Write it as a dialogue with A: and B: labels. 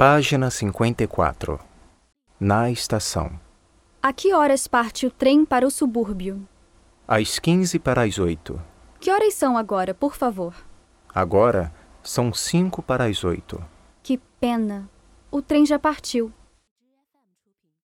A: Página 54. Na estação.
B: A que horas parte o trem para o subúrbio?
A: Às 15 para as 8.
B: Que horas são agora, por favor?
A: Agora são 5 para as 8.
B: Que pena! O trem já partiu.